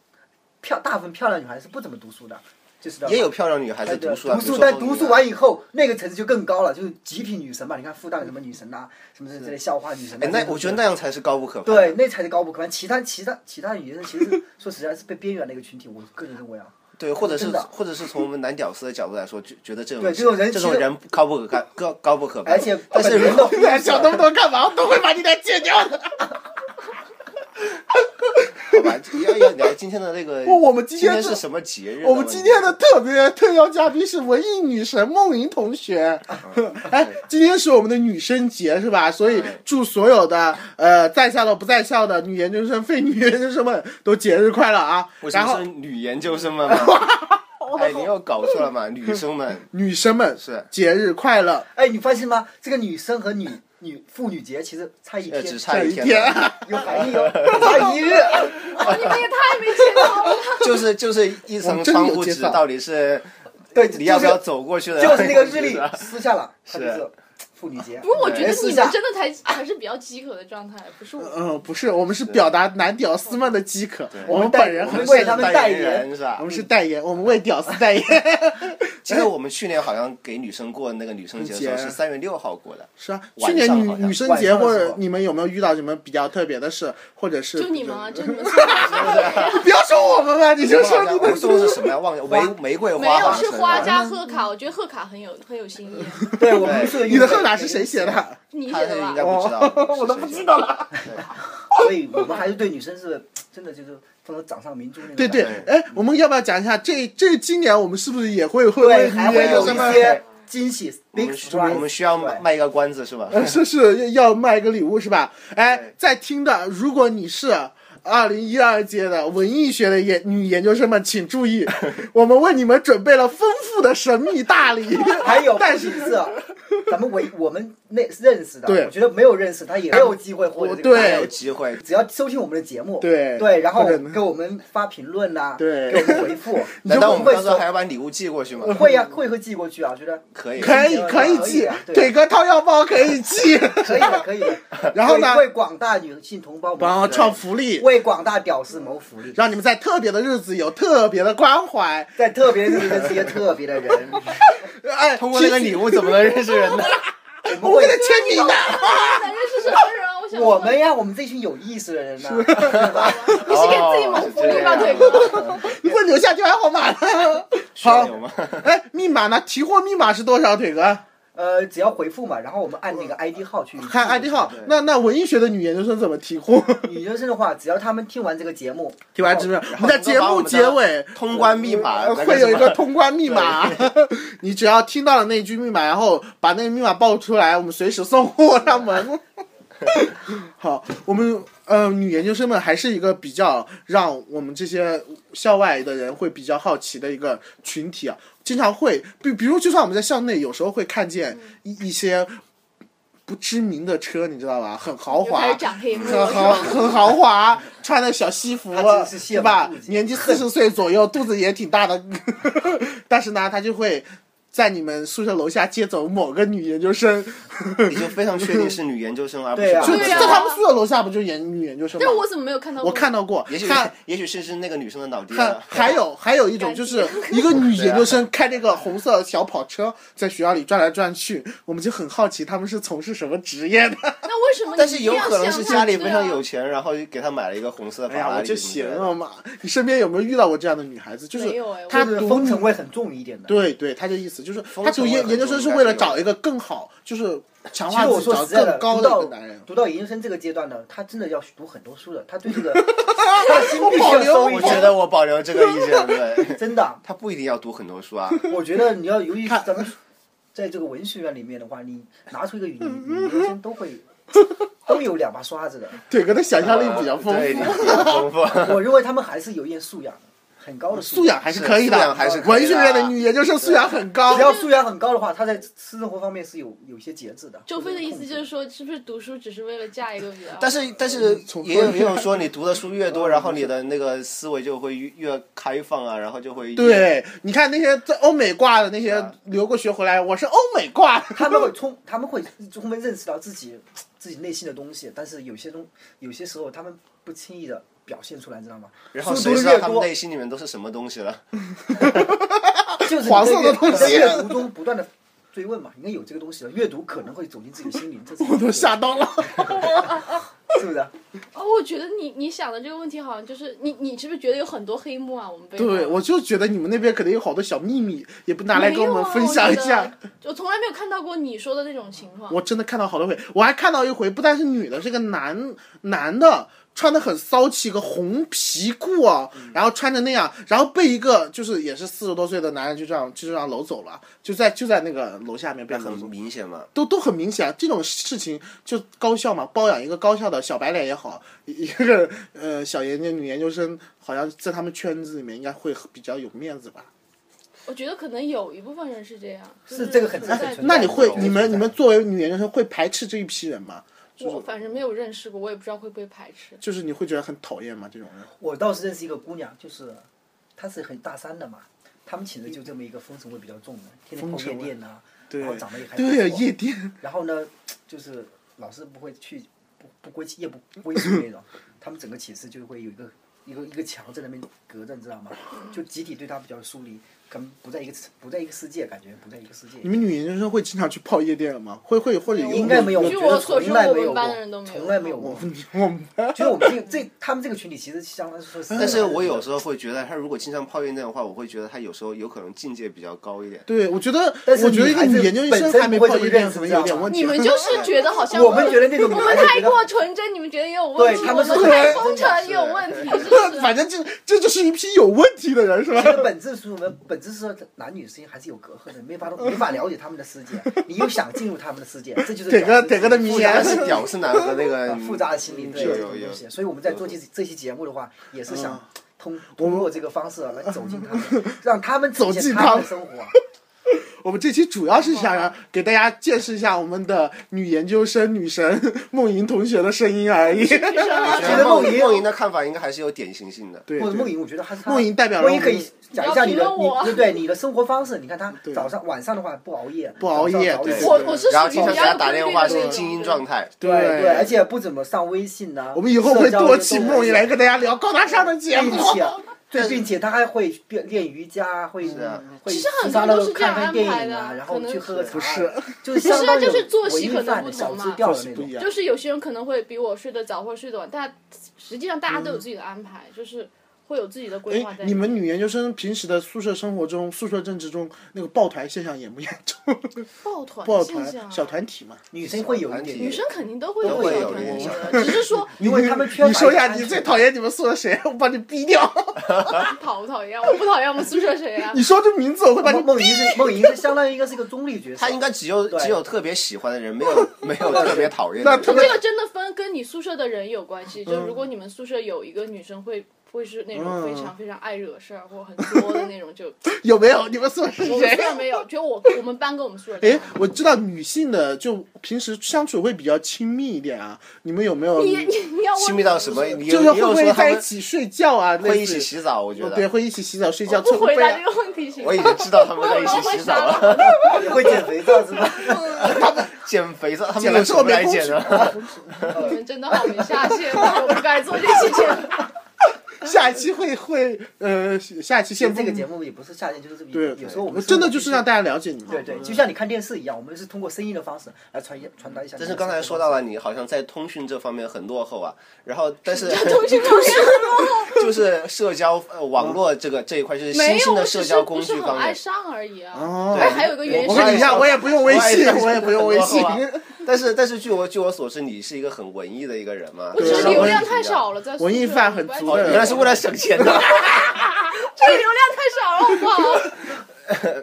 [SPEAKER 2] 漂大部分漂亮女孩是不怎么读书的，就是
[SPEAKER 3] 也有漂亮女孩子读书啊，
[SPEAKER 2] 读
[SPEAKER 3] 比如
[SPEAKER 2] 书，
[SPEAKER 3] 说
[SPEAKER 2] 但
[SPEAKER 3] 欧女
[SPEAKER 2] 读
[SPEAKER 3] 啊
[SPEAKER 2] 书完以后，那个层次就更高了，就是极品女神嘛。你看复旦有什么女神呐，什么之类校花女神啊。
[SPEAKER 3] 哎，那我觉得那样才是高不可攀。
[SPEAKER 2] 对，那才是高不可攀。其他其他其他女生其实说实在是被边缘的一个群体，我个人认为啊。
[SPEAKER 3] 对，或者是
[SPEAKER 2] 真的
[SPEAKER 3] 或者是从我们男屌丝的角度来说，觉觉得这种
[SPEAKER 2] 对这种人
[SPEAKER 3] 这种
[SPEAKER 2] 其实
[SPEAKER 3] 人高不可攀，高高不可攀。
[SPEAKER 2] 而且
[SPEAKER 3] 但是
[SPEAKER 2] 本人
[SPEAKER 3] 如
[SPEAKER 2] 的
[SPEAKER 3] 果
[SPEAKER 2] 肤
[SPEAKER 1] 你还
[SPEAKER 2] 色
[SPEAKER 1] 想那么多干嘛？我都会把你俩戒掉的。
[SPEAKER 3] 好吧，要要聊今天的 那个，
[SPEAKER 1] 不我们今
[SPEAKER 3] 今
[SPEAKER 1] 天
[SPEAKER 3] 天
[SPEAKER 1] 是
[SPEAKER 3] 是什么节日呢？
[SPEAKER 1] 我们今天的特别特邀嘉宾是文艺女神梦莹同 学。哎，今天是我们的女生节是吧？所以祝所有的呃在校的不在校的女研究生、非女研究生们都节日快乐啊！
[SPEAKER 3] 为什
[SPEAKER 1] 然
[SPEAKER 3] 么
[SPEAKER 1] 后
[SPEAKER 3] 是女研究生 们嘛？哎，你又搞错了嘛？女生们
[SPEAKER 1] 女生们
[SPEAKER 3] 是
[SPEAKER 1] 节日快乐，
[SPEAKER 2] 哎，你发现吗？这个女生和女女妇女节其实差一
[SPEAKER 3] 呃
[SPEAKER 2] 天，
[SPEAKER 3] 只差
[SPEAKER 1] 一
[SPEAKER 3] 一天
[SPEAKER 1] 天
[SPEAKER 3] 了，
[SPEAKER 2] 有含义哦，差一日。
[SPEAKER 4] 哦， 你们也太没节操了！
[SPEAKER 3] 就是就是一
[SPEAKER 1] 我
[SPEAKER 3] 层
[SPEAKER 1] 真有
[SPEAKER 3] 窗户
[SPEAKER 1] 介
[SPEAKER 3] 纸
[SPEAKER 1] 绍
[SPEAKER 3] 到底是
[SPEAKER 2] 对，
[SPEAKER 3] 你要不要
[SPEAKER 2] 就是
[SPEAKER 3] 走过去的？
[SPEAKER 2] 就是那个日
[SPEAKER 3] 是
[SPEAKER 2] 历
[SPEAKER 3] 吧
[SPEAKER 2] 撕下了，它就是是妇女 节。
[SPEAKER 4] 不是，我觉得
[SPEAKER 2] 撕
[SPEAKER 4] 你
[SPEAKER 2] 下
[SPEAKER 4] 们真的才还是比较饥渴的状态，不是我。
[SPEAKER 1] 嗯、不是，我们是表达男屌丝们的饥渴，我们
[SPEAKER 2] 我们代
[SPEAKER 1] 本人
[SPEAKER 3] 我
[SPEAKER 1] 很
[SPEAKER 3] 们
[SPEAKER 2] 为
[SPEAKER 3] 是
[SPEAKER 2] 他们
[SPEAKER 3] 代
[SPEAKER 2] 代
[SPEAKER 3] 言
[SPEAKER 2] 言
[SPEAKER 3] 人是吧
[SPEAKER 1] 我？们是代言，我们为屌丝代言，
[SPEAKER 3] 其实我们去年好像给女生过那个女生节的时候
[SPEAKER 1] 节
[SPEAKER 3] 是三月六号过的，
[SPEAKER 1] 是啊。
[SPEAKER 3] 晚
[SPEAKER 1] 去年
[SPEAKER 3] 上
[SPEAKER 1] 女
[SPEAKER 3] 好像
[SPEAKER 1] 女生
[SPEAKER 2] 晚
[SPEAKER 1] 节
[SPEAKER 2] 上的
[SPEAKER 1] 或
[SPEAKER 2] 时
[SPEAKER 1] 者
[SPEAKER 2] 候
[SPEAKER 1] 你们有没有遇到什么比较特别的事，或者是
[SPEAKER 4] 就你们啊，就你 们
[SPEAKER 1] 你 不要说我们吧，你就
[SPEAKER 3] 我
[SPEAKER 1] 说
[SPEAKER 3] 好像
[SPEAKER 1] 你
[SPEAKER 3] 我
[SPEAKER 1] 的
[SPEAKER 3] 送的是什么呀？忘记玫玫瑰
[SPEAKER 4] 没
[SPEAKER 3] 花
[SPEAKER 4] 有
[SPEAKER 3] 好像
[SPEAKER 4] 是花
[SPEAKER 3] 吧
[SPEAKER 4] 加贺卡，我觉得贺卡很有很有新意，
[SPEAKER 2] 对我们是
[SPEAKER 1] 你的贺卡是谁写的？
[SPEAKER 4] 你
[SPEAKER 3] 他
[SPEAKER 4] 写
[SPEAKER 3] 这
[SPEAKER 4] 的
[SPEAKER 3] 应
[SPEAKER 4] 吧
[SPEAKER 3] 该？不知道，
[SPEAKER 1] 哦 我都不知道了。
[SPEAKER 2] 所以我们还是对女生是真的就是不能掌上明珠那种。
[SPEAKER 1] 对对，哎，我们要不要讲一下这这今年我们是不是也会会
[SPEAKER 2] 对，
[SPEAKER 1] 为
[SPEAKER 2] 还
[SPEAKER 1] 女
[SPEAKER 2] 会
[SPEAKER 1] 研
[SPEAKER 2] 有
[SPEAKER 1] 究
[SPEAKER 2] 一
[SPEAKER 1] 生们，
[SPEAKER 2] 些惊喜
[SPEAKER 3] 我
[SPEAKER 2] ，big
[SPEAKER 3] 们需我
[SPEAKER 2] surprise。
[SPEAKER 3] 们需要
[SPEAKER 2] 对
[SPEAKER 3] 卖一个关子是吧？
[SPEAKER 1] 呃 是是要卖个礼物是吧？哎
[SPEAKER 3] 对，
[SPEAKER 1] 在听的，如果你是二零一二届的文艺学的研女研究生们，请注意，我们为你们准备了丰富的神秘大礼。
[SPEAKER 2] 还有，
[SPEAKER 1] 但
[SPEAKER 2] 不仅是咱们唯我们那认识
[SPEAKER 1] 对
[SPEAKER 2] 的，我觉得没有认识他也没有机会获得这个
[SPEAKER 1] 我对
[SPEAKER 2] 大
[SPEAKER 3] 还
[SPEAKER 2] 奖。
[SPEAKER 3] 有机会，
[SPEAKER 2] 只要收听我们的节目，
[SPEAKER 1] 对
[SPEAKER 2] 对，然后
[SPEAKER 1] 或者呢
[SPEAKER 2] 给我们发评论呐，
[SPEAKER 1] 对
[SPEAKER 2] 给我们回复，你
[SPEAKER 3] 难
[SPEAKER 2] 就
[SPEAKER 3] 道我们
[SPEAKER 2] 会
[SPEAKER 3] 到时候
[SPEAKER 2] 收
[SPEAKER 3] 还要把礼物寄过去吗？
[SPEAKER 2] 会呀，会会寄过去啊，觉得
[SPEAKER 3] 可以，
[SPEAKER 1] 可以可以
[SPEAKER 2] 可以
[SPEAKER 1] 寄
[SPEAKER 2] 啊，对
[SPEAKER 1] 腿哥掏腰包可以寄，
[SPEAKER 2] 可以的，可以的。
[SPEAKER 1] 然后呢
[SPEAKER 2] 为为广大女性同胞谋
[SPEAKER 1] 帮我
[SPEAKER 2] 福利
[SPEAKER 1] 创福利，
[SPEAKER 2] 为广大屌丝谋福利，
[SPEAKER 1] 让你们在特别的日子有特别的关怀。
[SPEAKER 2] 在特别的日子认识一些特别的人，
[SPEAKER 1] 哎，
[SPEAKER 3] 通过那个礼物怎么能认识人
[SPEAKER 2] 我
[SPEAKER 3] 呢？
[SPEAKER 2] 们
[SPEAKER 1] 我给
[SPEAKER 2] 会
[SPEAKER 1] 他签名的。
[SPEAKER 4] 男人是什么人啊？我想
[SPEAKER 2] 我
[SPEAKER 4] 问
[SPEAKER 2] 们呀，我们这群有意思的人呐，
[SPEAKER 4] 你是给自己蒙福利吧，
[SPEAKER 3] 哦是这
[SPEAKER 4] 腿
[SPEAKER 3] 样
[SPEAKER 4] 哥？
[SPEAKER 1] 你给我留下电话号码了。
[SPEAKER 3] 需要
[SPEAKER 1] 好
[SPEAKER 3] 有，吗？
[SPEAKER 1] 哎，密码呢？提货密码是多少？腿哥，
[SPEAKER 2] 呃，只要回复嘛，然后我们按那个 ID 号去
[SPEAKER 1] 看 ID 号。那那文艺学的女研究生怎么提货？
[SPEAKER 2] 女生的话，只要他们听完这个节目，
[SPEAKER 1] 提完哦之后，
[SPEAKER 3] 然
[SPEAKER 1] 你
[SPEAKER 3] 后
[SPEAKER 1] 在节目结尾
[SPEAKER 3] 通关密码
[SPEAKER 1] 呃会有一个通关密 码，你只要听到了那句密码，然后把那个密码报出来，我们随时送货上门。 好，我们呃女研究生们还是一个比较让我们这些校外的人会比较好奇的一个群体啊，经常会比比如就算我们在校内，有时候会看见一一些不知名的车，你知道吧？很豪
[SPEAKER 4] 又
[SPEAKER 1] 华，
[SPEAKER 4] 开始讲黑幕
[SPEAKER 1] 很
[SPEAKER 4] 了，是
[SPEAKER 1] 豪
[SPEAKER 4] 吧？
[SPEAKER 1] 很豪华，穿的小西服
[SPEAKER 2] 他真是羡慕
[SPEAKER 1] 是吧
[SPEAKER 2] 妒？忌
[SPEAKER 1] 年纪四十岁左右，肚子也挺大的， 但是呢，他就会在你们宿舍楼下接走某个女研究生，
[SPEAKER 3] 你就非常确定是女研究生，而 不
[SPEAKER 2] 对
[SPEAKER 3] 是
[SPEAKER 2] 啊
[SPEAKER 1] 就
[SPEAKER 3] 本科
[SPEAKER 4] 对啊
[SPEAKER 1] 在他们宿舍楼下不就研女研究生吗
[SPEAKER 4] 但？我怎么没有看到过？
[SPEAKER 1] 我看到过，
[SPEAKER 3] 也许
[SPEAKER 1] 看
[SPEAKER 3] 也许是是那个女生的啊老爹
[SPEAKER 1] 看
[SPEAKER 3] 了，
[SPEAKER 1] 还有还有一种
[SPEAKER 4] 感
[SPEAKER 1] 就
[SPEAKER 4] 激
[SPEAKER 1] 是一个女研究生开那个红色小跑车在学校里转来转去，我们就很好奇他们是从事什么职业的。
[SPEAKER 4] 那为什么你
[SPEAKER 3] 但是有可能是家里
[SPEAKER 4] 一定
[SPEAKER 3] 非
[SPEAKER 4] 要想
[SPEAKER 3] 常
[SPEAKER 4] 象
[SPEAKER 3] 有钱，然后给她买了一个红色的
[SPEAKER 1] 哎
[SPEAKER 3] 法
[SPEAKER 1] 呀，
[SPEAKER 3] 拉
[SPEAKER 1] 我
[SPEAKER 3] 利
[SPEAKER 1] 就
[SPEAKER 3] 什么之
[SPEAKER 1] 行
[SPEAKER 3] 类的。
[SPEAKER 1] 了嘛。你身边有没有遇到过这样的女孩子？就是
[SPEAKER 4] 没有哎我
[SPEAKER 1] 她
[SPEAKER 2] 就是
[SPEAKER 1] 读
[SPEAKER 2] 风
[SPEAKER 1] 女
[SPEAKER 2] 尘味很重一点的。
[SPEAKER 1] 对对，他这意思就是，他读
[SPEAKER 3] 尘味
[SPEAKER 1] 研
[SPEAKER 3] 很
[SPEAKER 1] 研究
[SPEAKER 3] 重
[SPEAKER 1] 生
[SPEAKER 3] 应
[SPEAKER 1] 是
[SPEAKER 3] 该
[SPEAKER 1] 为
[SPEAKER 3] 是
[SPEAKER 1] 了
[SPEAKER 3] 有
[SPEAKER 1] 找
[SPEAKER 3] 的
[SPEAKER 1] 一个更好，就是强
[SPEAKER 2] 其
[SPEAKER 1] 化
[SPEAKER 2] 实我
[SPEAKER 1] 自己，
[SPEAKER 2] 说
[SPEAKER 1] 找
[SPEAKER 2] 实在
[SPEAKER 1] 更
[SPEAKER 2] 的，
[SPEAKER 1] 高
[SPEAKER 2] 读
[SPEAKER 1] 的
[SPEAKER 2] 到
[SPEAKER 1] 一个男人。
[SPEAKER 2] 读到研究生这个阶段呢，他真的要读很多书的，他对 这个他心必须
[SPEAKER 1] 保
[SPEAKER 2] 要
[SPEAKER 1] 留
[SPEAKER 2] 收
[SPEAKER 1] 我
[SPEAKER 2] 一
[SPEAKER 3] 我
[SPEAKER 2] 收
[SPEAKER 3] 觉得我保留这个意见，对，
[SPEAKER 2] 真的，
[SPEAKER 3] 她不一定要读很多书啊。
[SPEAKER 2] 我觉得你要由于咱们在这个文学院里面的话，你拿出一个语
[SPEAKER 1] 嗯
[SPEAKER 2] 女研究生都会 都有两把 刷子的。
[SPEAKER 1] 腿哥的想象力比较丰
[SPEAKER 3] 对，
[SPEAKER 1] 富，
[SPEAKER 3] 你比较丰富。
[SPEAKER 2] 我认为他们还是有一定素养的，很高的
[SPEAKER 1] 素养还是
[SPEAKER 3] 是
[SPEAKER 1] 可以
[SPEAKER 3] 素
[SPEAKER 1] 的，
[SPEAKER 3] 养还是可
[SPEAKER 1] 文
[SPEAKER 3] 以
[SPEAKER 1] 学
[SPEAKER 3] 的
[SPEAKER 1] 院的
[SPEAKER 3] 啊
[SPEAKER 1] 女研究生素养很高
[SPEAKER 2] 只。要素养很高的话，他在私生活方面是有有一些节制的。
[SPEAKER 4] 周飞的意思就是
[SPEAKER 2] 是
[SPEAKER 4] 说，是不是读书只是为了嫁一个比较？
[SPEAKER 3] 但是但是
[SPEAKER 1] 从
[SPEAKER 3] 也有也有说，你读的书越多，然后你的那个思维就会越越开放啊，然后就会越
[SPEAKER 1] 对，你看那些在欧美挂的那些留过学回来，我是欧美挂的，
[SPEAKER 2] 他们会充，他们会 充分认识到自己自己内心的东西，但是有些东有些时候他们不轻易的表现出来，知道 吗？
[SPEAKER 3] 然后
[SPEAKER 2] 速
[SPEAKER 3] 谁
[SPEAKER 2] 度
[SPEAKER 3] 知道
[SPEAKER 2] 越
[SPEAKER 3] 他们
[SPEAKER 2] 多，
[SPEAKER 3] 内心里面都是什么东西了？
[SPEAKER 2] 就是你
[SPEAKER 1] 黄色的东西
[SPEAKER 2] 在阅在阅读中不断的追问嘛，应该有这个东西了。阅读可能会走进自己的心灵，这是
[SPEAKER 1] 我都吓到了。
[SPEAKER 2] 是不是？
[SPEAKER 4] 哦，我觉得你你想的这个问题好像就是你你是不是觉得有很多黑幕啊？我们被
[SPEAKER 1] 对，我就觉得你们那边可能有好多小秘密，也不拿来跟我们分享一下。
[SPEAKER 4] 没有啊我觉得我从来没有看到过你说的那种情况。
[SPEAKER 1] 我真的看到好多回，我还看到一回，不但是女的，是个男男的，穿的很骚气，个红皮裤啊，然后穿着那样，然后被一个就是也是四十多岁的男人就这样就这样搂走了，就在就在那个楼下面被
[SPEAKER 3] 那
[SPEAKER 1] 搂
[SPEAKER 3] 很
[SPEAKER 1] 走，
[SPEAKER 3] 明显嘛。
[SPEAKER 1] 都都很明显，啊这种事情就高校嘛，包养一个高校的小白脸也好，一一个呃小研究女研究生，好像在他们圈子里面应该会比较有面子吧。
[SPEAKER 4] 我觉得可能有一部分人是这样，就是
[SPEAKER 2] 这个很
[SPEAKER 4] 存在
[SPEAKER 2] 很
[SPEAKER 4] 的。
[SPEAKER 2] 存
[SPEAKER 1] 那你会
[SPEAKER 2] 对
[SPEAKER 1] 你
[SPEAKER 2] 对
[SPEAKER 1] 们
[SPEAKER 2] 对
[SPEAKER 1] 你们作为女研究生会排斥这一批人吗？
[SPEAKER 4] 我反正没有认识过，我也不知道会不会排斥。
[SPEAKER 1] 就是你会觉得很讨厌吗？这种人？
[SPEAKER 2] 我倒是认识一个姑娘，就是她是很大三的嘛，他们寝室就这么一个风尘味比较重的，天天
[SPEAKER 1] 风
[SPEAKER 2] 泡
[SPEAKER 1] 尘
[SPEAKER 2] 夜
[SPEAKER 1] 味
[SPEAKER 2] 店呐、
[SPEAKER 1] 对
[SPEAKER 2] 然后长得也还不
[SPEAKER 1] 啊对，
[SPEAKER 2] 错，
[SPEAKER 1] 夜店
[SPEAKER 2] 然后呢，就是老师不会去不不归夜不不归宿 那种，他们整个寝室就会有一个一个一个墙在那边隔着，你知道吗？就集体对她比较疏离，可能不在一个不在一个世界，感觉不在一个世界
[SPEAKER 1] 你。们女研究生会经常去泡夜店吗？会会或者有
[SPEAKER 2] 应该没有，
[SPEAKER 4] 据
[SPEAKER 2] 觉
[SPEAKER 4] 我
[SPEAKER 2] 得
[SPEAKER 4] 所
[SPEAKER 2] 从
[SPEAKER 4] 知
[SPEAKER 2] 来
[SPEAKER 4] 我
[SPEAKER 2] 没
[SPEAKER 4] 们
[SPEAKER 2] 有
[SPEAKER 4] 班的人都
[SPEAKER 2] 过，
[SPEAKER 4] 没有
[SPEAKER 2] 从来没有过。
[SPEAKER 1] 我 们
[SPEAKER 2] 就是我们这个这他们这个群体其实相当于说是，
[SPEAKER 3] 但是我有时候会觉得，他如果经常泡夜店的话，我会觉得他有时候有可能境界比较高一点。
[SPEAKER 1] 对，我觉得，
[SPEAKER 2] 但是
[SPEAKER 1] 我觉得一个
[SPEAKER 2] 女孩子
[SPEAKER 1] 女研究生
[SPEAKER 2] 本身
[SPEAKER 1] 还没
[SPEAKER 2] 不会
[SPEAKER 1] 泡
[SPEAKER 2] 这么
[SPEAKER 1] 夜店，
[SPEAKER 2] 认识
[SPEAKER 1] 可能
[SPEAKER 2] 知道
[SPEAKER 1] 有点
[SPEAKER 2] 吗
[SPEAKER 1] 问题。
[SPEAKER 4] 你们就是觉得好像
[SPEAKER 2] 我们觉得那种女
[SPEAKER 4] 我
[SPEAKER 2] 孩
[SPEAKER 4] 们
[SPEAKER 2] 子
[SPEAKER 4] 太
[SPEAKER 2] 觉得
[SPEAKER 4] 过纯真，你们觉得也有问题，
[SPEAKER 2] 对他
[SPEAKER 4] 我
[SPEAKER 2] 们是
[SPEAKER 4] 们太
[SPEAKER 2] 纯
[SPEAKER 4] 风尘有问 题，是不 是？
[SPEAKER 1] 反正这这就是一批有问题的人，是 吧？
[SPEAKER 2] 这个本质是我们本质是说男女之间还是有隔阂的，没 法没法了解他们的世界，你又想进入他们的世界，这就是
[SPEAKER 1] 铁哥，
[SPEAKER 2] 表示
[SPEAKER 1] 铁哥的啊名
[SPEAKER 3] 复杂
[SPEAKER 1] 言
[SPEAKER 3] 是 屌丝男和那
[SPEAKER 2] 啊
[SPEAKER 3] 个
[SPEAKER 1] 嗯
[SPEAKER 2] 复杂的心理对
[SPEAKER 3] 嗯有
[SPEAKER 2] 这
[SPEAKER 3] 有
[SPEAKER 2] 种
[SPEAKER 3] 有嗯
[SPEAKER 2] 东西。所以我们在做这这期节目的话，也是想通通过这个方式啊来走进 他们，让他们
[SPEAKER 1] 走
[SPEAKER 2] 体验
[SPEAKER 1] 进他
[SPEAKER 2] 他
[SPEAKER 1] 们
[SPEAKER 2] 们的生活。
[SPEAKER 1] 我们这期主要是想让给大家见识一下我们的女研究生女神梦莹同学的声音而 已。
[SPEAKER 4] 女生啊
[SPEAKER 3] 我觉
[SPEAKER 2] 觉
[SPEAKER 3] 得
[SPEAKER 2] 得
[SPEAKER 3] 梦
[SPEAKER 2] 梦
[SPEAKER 3] 莹
[SPEAKER 2] 莹
[SPEAKER 3] 梦莹的看法应该还是有典型性的。
[SPEAKER 1] 对，
[SPEAKER 2] 梦
[SPEAKER 1] 对
[SPEAKER 2] 梦莹，我觉得她是她
[SPEAKER 1] 梦莹代表了
[SPEAKER 2] 梦莹
[SPEAKER 1] 我
[SPEAKER 2] 可
[SPEAKER 1] 们
[SPEAKER 2] 以讲一下你的
[SPEAKER 4] 你要评论我
[SPEAKER 2] 你对对你的生活方式。你看她
[SPEAKER 1] 对
[SPEAKER 2] 早上晚上的话不熬夜，
[SPEAKER 1] 不熬夜
[SPEAKER 2] 早上早
[SPEAKER 1] 对
[SPEAKER 2] 起
[SPEAKER 4] 我我是
[SPEAKER 3] 然后
[SPEAKER 4] 属
[SPEAKER 3] 经
[SPEAKER 4] 于比
[SPEAKER 3] 常给
[SPEAKER 4] 较
[SPEAKER 3] 他
[SPEAKER 4] 有规律
[SPEAKER 3] 打电
[SPEAKER 4] 的
[SPEAKER 3] 话
[SPEAKER 4] 那
[SPEAKER 3] 是
[SPEAKER 4] 种
[SPEAKER 3] 精英状态。
[SPEAKER 1] 对
[SPEAKER 2] 对对，而且不怎么上微信呐。
[SPEAKER 1] 我们以后会
[SPEAKER 2] 社交
[SPEAKER 1] 多
[SPEAKER 2] 也
[SPEAKER 1] 请
[SPEAKER 2] 都
[SPEAKER 1] 梦
[SPEAKER 2] 很
[SPEAKER 1] 莹来跟大家聊高大上的节目
[SPEAKER 2] 并。且对，并且他还会练练瑜伽，会
[SPEAKER 3] 啊
[SPEAKER 2] 会
[SPEAKER 4] 其实很
[SPEAKER 2] 时常
[SPEAKER 4] 多都
[SPEAKER 2] 地
[SPEAKER 4] 是这
[SPEAKER 2] 看
[SPEAKER 4] 样
[SPEAKER 2] 看
[SPEAKER 4] 安
[SPEAKER 2] 电
[SPEAKER 4] 排
[SPEAKER 2] 影啊，
[SPEAKER 4] 的
[SPEAKER 2] 然后
[SPEAKER 4] 可能
[SPEAKER 2] 去喝个茶，
[SPEAKER 1] 不是，
[SPEAKER 2] 就是相当于
[SPEAKER 4] 不是啊就是作息
[SPEAKER 2] 文艺
[SPEAKER 4] 可能
[SPEAKER 2] 范
[SPEAKER 4] 不
[SPEAKER 2] 的
[SPEAKER 4] 同
[SPEAKER 2] 小
[SPEAKER 4] 嘛
[SPEAKER 2] 资调的
[SPEAKER 1] 作息
[SPEAKER 2] 那
[SPEAKER 1] 不
[SPEAKER 2] 种
[SPEAKER 1] 一。样
[SPEAKER 4] 就是有些人可能会比我睡得早或者睡得晚，但实际上大家都有自己的安排，就是会有自己的规划
[SPEAKER 1] 哎
[SPEAKER 4] 在，。
[SPEAKER 1] 你们女研究生平时的宿舍生活中、 宿舍政治中，那个抱团现象严不严 重？
[SPEAKER 4] 抱团
[SPEAKER 1] 抱
[SPEAKER 4] 现象
[SPEAKER 1] 团
[SPEAKER 4] 啊，
[SPEAKER 1] 小团体嘛。
[SPEAKER 2] 女生会有一点，
[SPEAKER 4] 女生肯定都会
[SPEAKER 3] 都会
[SPEAKER 4] 有
[SPEAKER 3] 有
[SPEAKER 4] 小团体
[SPEAKER 3] 这种
[SPEAKER 4] 的，只是说
[SPEAKER 2] 因为 他们缺乏
[SPEAKER 1] 你说一
[SPEAKER 2] 个
[SPEAKER 1] 下，
[SPEAKER 2] 安
[SPEAKER 1] 你
[SPEAKER 2] 全
[SPEAKER 1] 最
[SPEAKER 2] 感
[SPEAKER 1] 讨厌你们宿舍谁？我把你逼掉。
[SPEAKER 4] 讨不讨厌？我不讨厌我们宿舍谁啊？
[SPEAKER 1] 你说这名字，我会把你
[SPEAKER 2] 梦梦莹是梦莹是相当于一个是一个中立角色
[SPEAKER 3] 他，应该只有
[SPEAKER 2] 对
[SPEAKER 3] 只有特别喜欢的人，没有没有特别讨厌
[SPEAKER 1] 那
[SPEAKER 3] 的
[SPEAKER 1] 特
[SPEAKER 3] 人。
[SPEAKER 1] 别
[SPEAKER 4] 这个真的分跟你宿舍的人有关
[SPEAKER 3] 嗯
[SPEAKER 4] 系。就如果你们宿舍有一个女生会会是那种非常非常爱惹事儿或很作的那种， 就
[SPEAKER 1] 有没有？你们宿舍
[SPEAKER 4] 我
[SPEAKER 1] 是
[SPEAKER 4] 们宿
[SPEAKER 1] 谁？
[SPEAKER 4] 舍没有，只有我我们班跟我们宿舍。
[SPEAKER 1] 哎， 我知道女性的就平时相处会比较亲密一点啊。你们有没有？
[SPEAKER 4] 你你你要问
[SPEAKER 3] 亲密到什么？ 你
[SPEAKER 1] 就
[SPEAKER 3] 又
[SPEAKER 1] 是
[SPEAKER 3] 你
[SPEAKER 1] 会不
[SPEAKER 3] 又
[SPEAKER 1] 会
[SPEAKER 3] 说他
[SPEAKER 1] 在一
[SPEAKER 3] 们
[SPEAKER 1] 起睡觉啊？
[SPEAKER 3] 会
[SPEAKER 1] 类
[SPEAKER 3] 一起
[SPEAKER 1] 似
[SPEAKER 3] 洗澡？我觉
[SPEAKER 1] 对，
[SPEAKER 3] 得
[SPEAKER 1] 会一起洗澡睡觉。
[SPEAKER 4] 不
[SPEAKER 1] 会
[SPEAKER 4] 回答
[SPEAKER 1] 啊
[SPEAKER 4] 这个问题行吗
[SPEAKER 3] 我已？经知道他们在 一
[SPEAKER 4] 我
[SPEAKER 3] 起
[SPEAKER 4] 会
[SPEAKER 3] 洗澡
[SPEAKER 4] 杀
[SPEAKER 3] 了。
[SPEAKER 4] 了。
[SPEAKER 2] 也会减肥皂是吧？
[SPEAKER 3] 减肥皂，他
[SPEAKER 1] 剪
[SPEAKER 3] 们
[SPEAKER 1] 了
[SPEAKER 3] 有
[SPEAKER 1] 之
[SPEAKER 3] 什
[SPEAKER 1] 后
[SPEAKER 3] 么
[SPEAKER 1] 没
[SPEAKER 3] 来
[SPEAKER 1] 空
[SPEAKER 3] 减
[SPEAKER 1] 去
[SPEAKER 3] 的？
[SPEAKER 4] 你们真的好没下限，我不该做这期节目。
[SPEAKER 1] 啊下一期会会呃，下一期
[SPEAKER 2] 其
[SPEAKER 1] 先
[SPEAKER 2] 实这个节
[SPEAKER 1] 目。
[SPEAKER 2] 目也不是夏天，就是这么
[SPEAKER 1] 对，
[SPEAKER 2] 有时候我们
[SPEAKER 1] 真的
[SPEAKER 2] 生活
[SPEAKER 1] 就是让大家了解你们。
[SPEAKER 2] 对对，就像你看电视一样，我们是通过声音的方式来传传达一下。
[SPEAKER 3] 但是刚才说到了，你好像在通讯这方面很落后啊。然后，但是
[SPEAKER 4] 通讯方面
[SPEAKER 3] 就是社交呃网络这个这一块，就是
[SPEAKER 4] 没有，
[SPEAKER 3] 新兴
[SPEAKER 4] 我
[SPEAKER 3] 的
[SPEAKER 4] 只
[SPEAKER 3] 社
[SPEAKER 4] 是
[SPEAKER 3] 交
[SPEAKER 4] 不
[SPEAKER 3] 工
[SPEAKER 4] 是
[SPEAKER 3] 具
[SPEAKER 4] 很
[SPEAKER 3] 方
[SPEAKER 4] 爱
[SPEAKER 3] 面。
[SPEAKER 4] 上而已
[SPEAKER 1] 哦
[SPEAKER 4] 啊。对，还有一个原因
[SPEAKER 1] 我
[SPEAKER 4] 是
[SPEAKER 1] 跟你一样，我也不用微信，我
[SPEAKER 3] 我
[SPEAKER 1] 也
[SPEAKER 3] 也
[SPEAKER 1] 不用微信。
[SPEAKER 3] 但是但是据我据我所知，你是一个很文艺的一个人嘛？
[SPEAKER 4] 我只是流量太少了，在宿舍
[SPEAKER 1] 文艺范很足
[SPEAKER 3] 哦。
[SPEAKER 1] 的
[SPEAKER 3] 原来是为了省钱 的。
[SPEAKER 4] 这个流量太少了，好不好？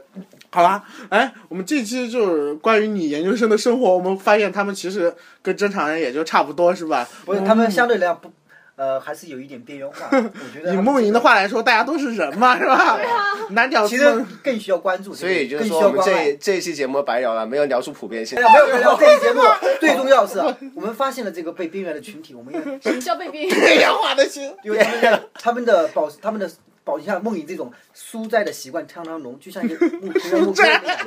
[SPEAKER 1] 好啦，哎，我们这期就是关于你研究生的生活，我们发现他们其实跟正常人也就差不多，是吧？
[SPEAKER 2] 不是，他们相对来讲不，呃，还是有一点边缘化。我觉得
[SPEAKER 1] 以梦莹的话来说，大家都是人嘛，是吧？对啊，男屌
[SPEAKER 2] 其
[SPEAKER 1] 丝
[SPEAKER 2] 实
[SPEAKER 1] 们
[SPEAKER 2] 更需要关注，
[SPEAKER 3] 所以也就
[SPEAKER 2] 更
[SPEAKER 3] 是
[SPEAKER 2] 需
[SPEAKER 3] 说，
[SPEAKER 2] 要
[SPEAKER 3] 我们
[SPEAKER 2] 关爱
[SPEAKER 3] 这。这一期节目白聊了，没有聊出普遍性
[SPEAKER 2] 没。有没有没有，这期节目最重要是，我们发现了这个被边缘的群体，我们
[SPEAKER 4] 什么叫被边缘？
[SPEAKER 1] 边缘化的心。
[SPEAKER 2] 因为因为他们的他们的保他们的保持像梦影这种书斋的习惯相当浓，就像一个木一个木刻的感觉，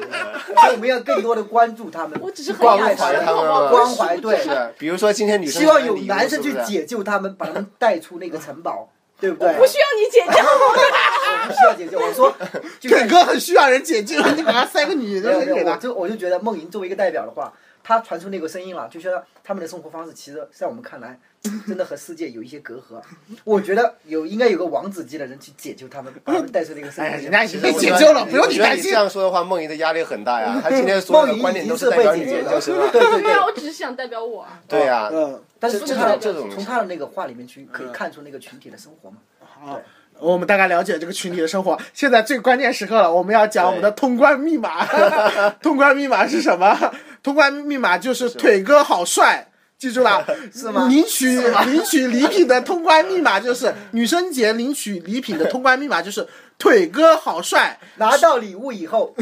[SPEAKER 2] 所以我们要更多的关注他们，
[SPEAKER 4] 我只是很
[SPEAKER 3] 关
[SPEAKER 4] 养
[SPEAKER 3] 怀
[SPEAKER 4] 生，
[SPEAKER 3] 他
[SPEAKER 4] 好
[SPEAKER 3] 们
[SPEAKER 4] 不好？
[SPEAKER 2] 关怀
[SPEAKER 4] 不
[SPEAKER 2] 对
[SPEAKER 4] 是
[SPEAKER 3] 是，比如说今天女生
[SPEAKER 2] 希望
[SPEAKER 3] 穿
[SPEAKER 2] 有
[SPEAKER 3] 礼服
[SPEAKER 2] 男生
[SPEAKER 3] 是
[SPEAKER 2] 去
[SPEAKER 3] 不是
[SPEAKER 2] 解救他们，把他们带出那个城堡，对不对？
[SPEAKER 4] 不需要你姐姐，
[SPEAKER 2] 我不需要解救，我说就
[SPEAKER 1] 肯
[SPEAKER 2] 是
[SPEAKER 1] 哥很需要人解救，你把他塞个女
[SPEAKER 2] 没有
[SPEAKER 1] 的
[SPEAKER 2] 没有
[SPEAKER 1] 给，
[SPEAKER 2] 我
[SPEAKER 1] 他。
[SPEAKER 2] 就我就觉得梦莹作为一个代表的话，她传出那个声音了，就觉得他们的生活方式其实在我们看来，真的和世界有一些隔阂。我觉得有应该有个王子级的人去解救他们，把他们带出那个生
[SPEAKER 1] 哎
[SPEAKER 2] 活
[SPEAKER 1] 呀，
[SPEAKER 2] 里
[SPEAKER 1] 人
[SPEAKER 2] 面。
[SPEAKER 1] 家已经被
[SPEAKER 3] 我
[SPEAKER 1] 解
[SPEAKER 3] 觉得
[SPEAKER 1] 救了，不用
[SPEAKER 3] 我觉得
[SPEAKER 1] 担
[SPEAKER 3] 你
[SPEAKER 1] 心
[SPEAKER 3] 这。样说的话，梦莹的压力很 大呀。她今天所
[SPEAKER 2] 梦
[SPEAKER 3] 有的观
[SPEAKER 2] 莹已
[SPEAKER 3] 点
[SPEAKER 2] 经
[SPEAKER 3] 都是代
[SPEAKER 2] 被
[SPEAKER 3] 表
[SPEAKER 2] 解
[SPEAKER 3] 你
[SPEAKER 2] 决
[SPEAKER 3] 研
[SPEAKER 2] 了，
[SPEAKER 3] 究生了。
[SPEAKER 2] 对对
[SPEAKER 4] 对啊，
[SPEAKER 2] 对。
[SPEAKER 4] 我只是想代 表我啊。
[SPEAKER 3] 对呀，
[SPEAKER 1] 嗯，
[SPEAKER 2] 但是
[SPEAKER 3] 这
[SPEAKER 2] 从
[SPEAKER 3] 这
[SPEAKER 2] 他
[SPEAKER 3] 种这种
[SPEAKER 2] 从他的那个话里面去可以看出那个群体的生活嘛。
[SPEAKER 1] 好，我们大概了解这个群体的生活。现在最关键时刻了，我们要讲我们的通关密 码。通关密码是什么？通关密码就是腿哥好帅。记住了， 是
[SPEAKER 2] 吗
[SPEAKER 1] 领取领取礼品的通关密码就是女生节领取礼品的通关密码就是腿哥好帅。
[SPEAKER 2] 拿到礼物以后，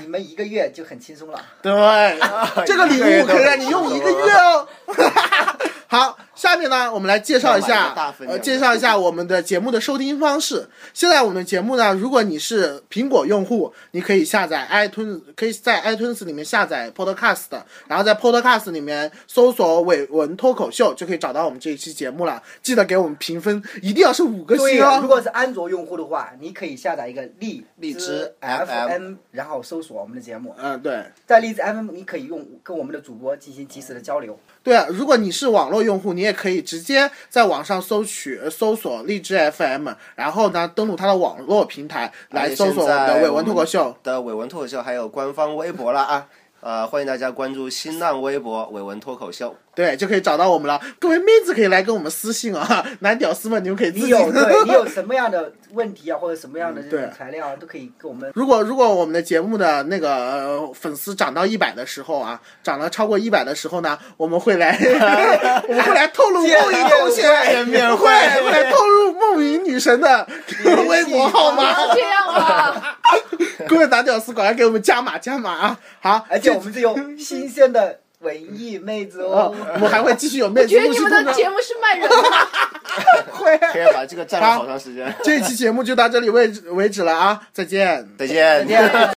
[SPEAKER 2] 你们一个月就很轻松了。
[SPEAKER 1] 对， 这个礼物可以让你用一个月哦。 好，下面呢，我们来介绍一
[SPEAKER 3] 要买
[SPEAKER 1] 下
[SPEAKER 3] 个大分，量
[SPEAKER 1] 呃，
[SPEAKER 3] 的
[SPEAKER 1] 介绍一下我们的节目的收听方式。现在我们的节目呢，如果你是苹果用户，你可以下载 iTunes，可以在 iTunes 里面下载 Podcast，然后在 Podcast 里面搜索“伟文脱口秀”，就可以找到我们这一期节目了。记得给我们评分，一定要是五个
[SPEAKER 2] 对
[SPEAKER 1] 星
[SPEAKER 2] 呀，如
[SPEAKER 1] 哦。
[SPEAKER 2] 果是安卓用户的话，你可以下载一个荔
[SPEAKER 3] 荔枝
[SPEAKER 2] FM，然后搜索我们的节目。
[SPEAKER 1] 嗯，对。
[SPEAKER 2] 在荔枝 FM，你可以用跟我们的主播进行及时的交流。
[SPEAKER 1] 对啊，如果你是网络用户，你也可以直接在网上搜取呃搜索荔枝 FM，然后呢登录它的网络平台来搜索我们的伟文脱口秀。
[SPEAKER 3] 的伟文脱口秀还有官方微博了啊。呃，欢迎大家关注新浪微博“伟文脱 口秀
[SPEAKER 1] 对，就可以找到我们了。各位妹子可以来跟我们私信啊，男屌丝们你们可以自
[SPEAKER 2] 你
[SPEAKER 1] 己。
[SPEAKER 2] 有对你有什么样的问题啊，或者什么样的
[SPEAKER 1] 嗯
[SPEAKER 2] 这
[SPEAKER 1] 对
[SPEAKER 2] 种材料啊，都可以跟我们。
[SPEAKER 1] 如果如果我们的节目的那个、呃粉丝涨到一百的时候啊，涨了超过一百的时候呢，我们会来我们会来透露梦
[SPEAKER 2] 见
[SPEAKER 1] 莹同学
[SPEAKER 3] 见面
[SPEAKER 1] 会
[SPEAKER 3] 会
[SPEAKER 1] 会来透露梦莹女神的微博号
[SPEAKER 4] 不
[SPEAKER 1] 码。
[SPEAKER 4] 要这 样啊！
[SPEAKER 1] 各位打屌丝，赶快给我们加码加码啊！好，
[SPEAKER 4] 哎
[SPEAKER 2] 而且我们是 有新鲜的文艺妹子
[SPEAKER 1] 呃，
[SPEAKER 2] 哦。
[SPEAKER 1] 我们还会继续有面子
[SPEAKER 4] 觉得
[SPEAKER 1] 陆
[SPEAKER 4] 你
[SPEAKER 1] 续
[SPEAKER 4] 们
[SPEAKER 1] 通
[SPEAKER 4] 的
[SPEAKER 1] 知。
[SPEAKER 4] 节目是卖人的，
[SPEAKER 1] 会，”，
[SPEAKER 3] 可以把这个占了好长时间。
[SPEAKER 1] 这一期节目就到这里为止为止了啊！再见。
[SPEAKER 3] 再见。
[SPEAKER 2] 再见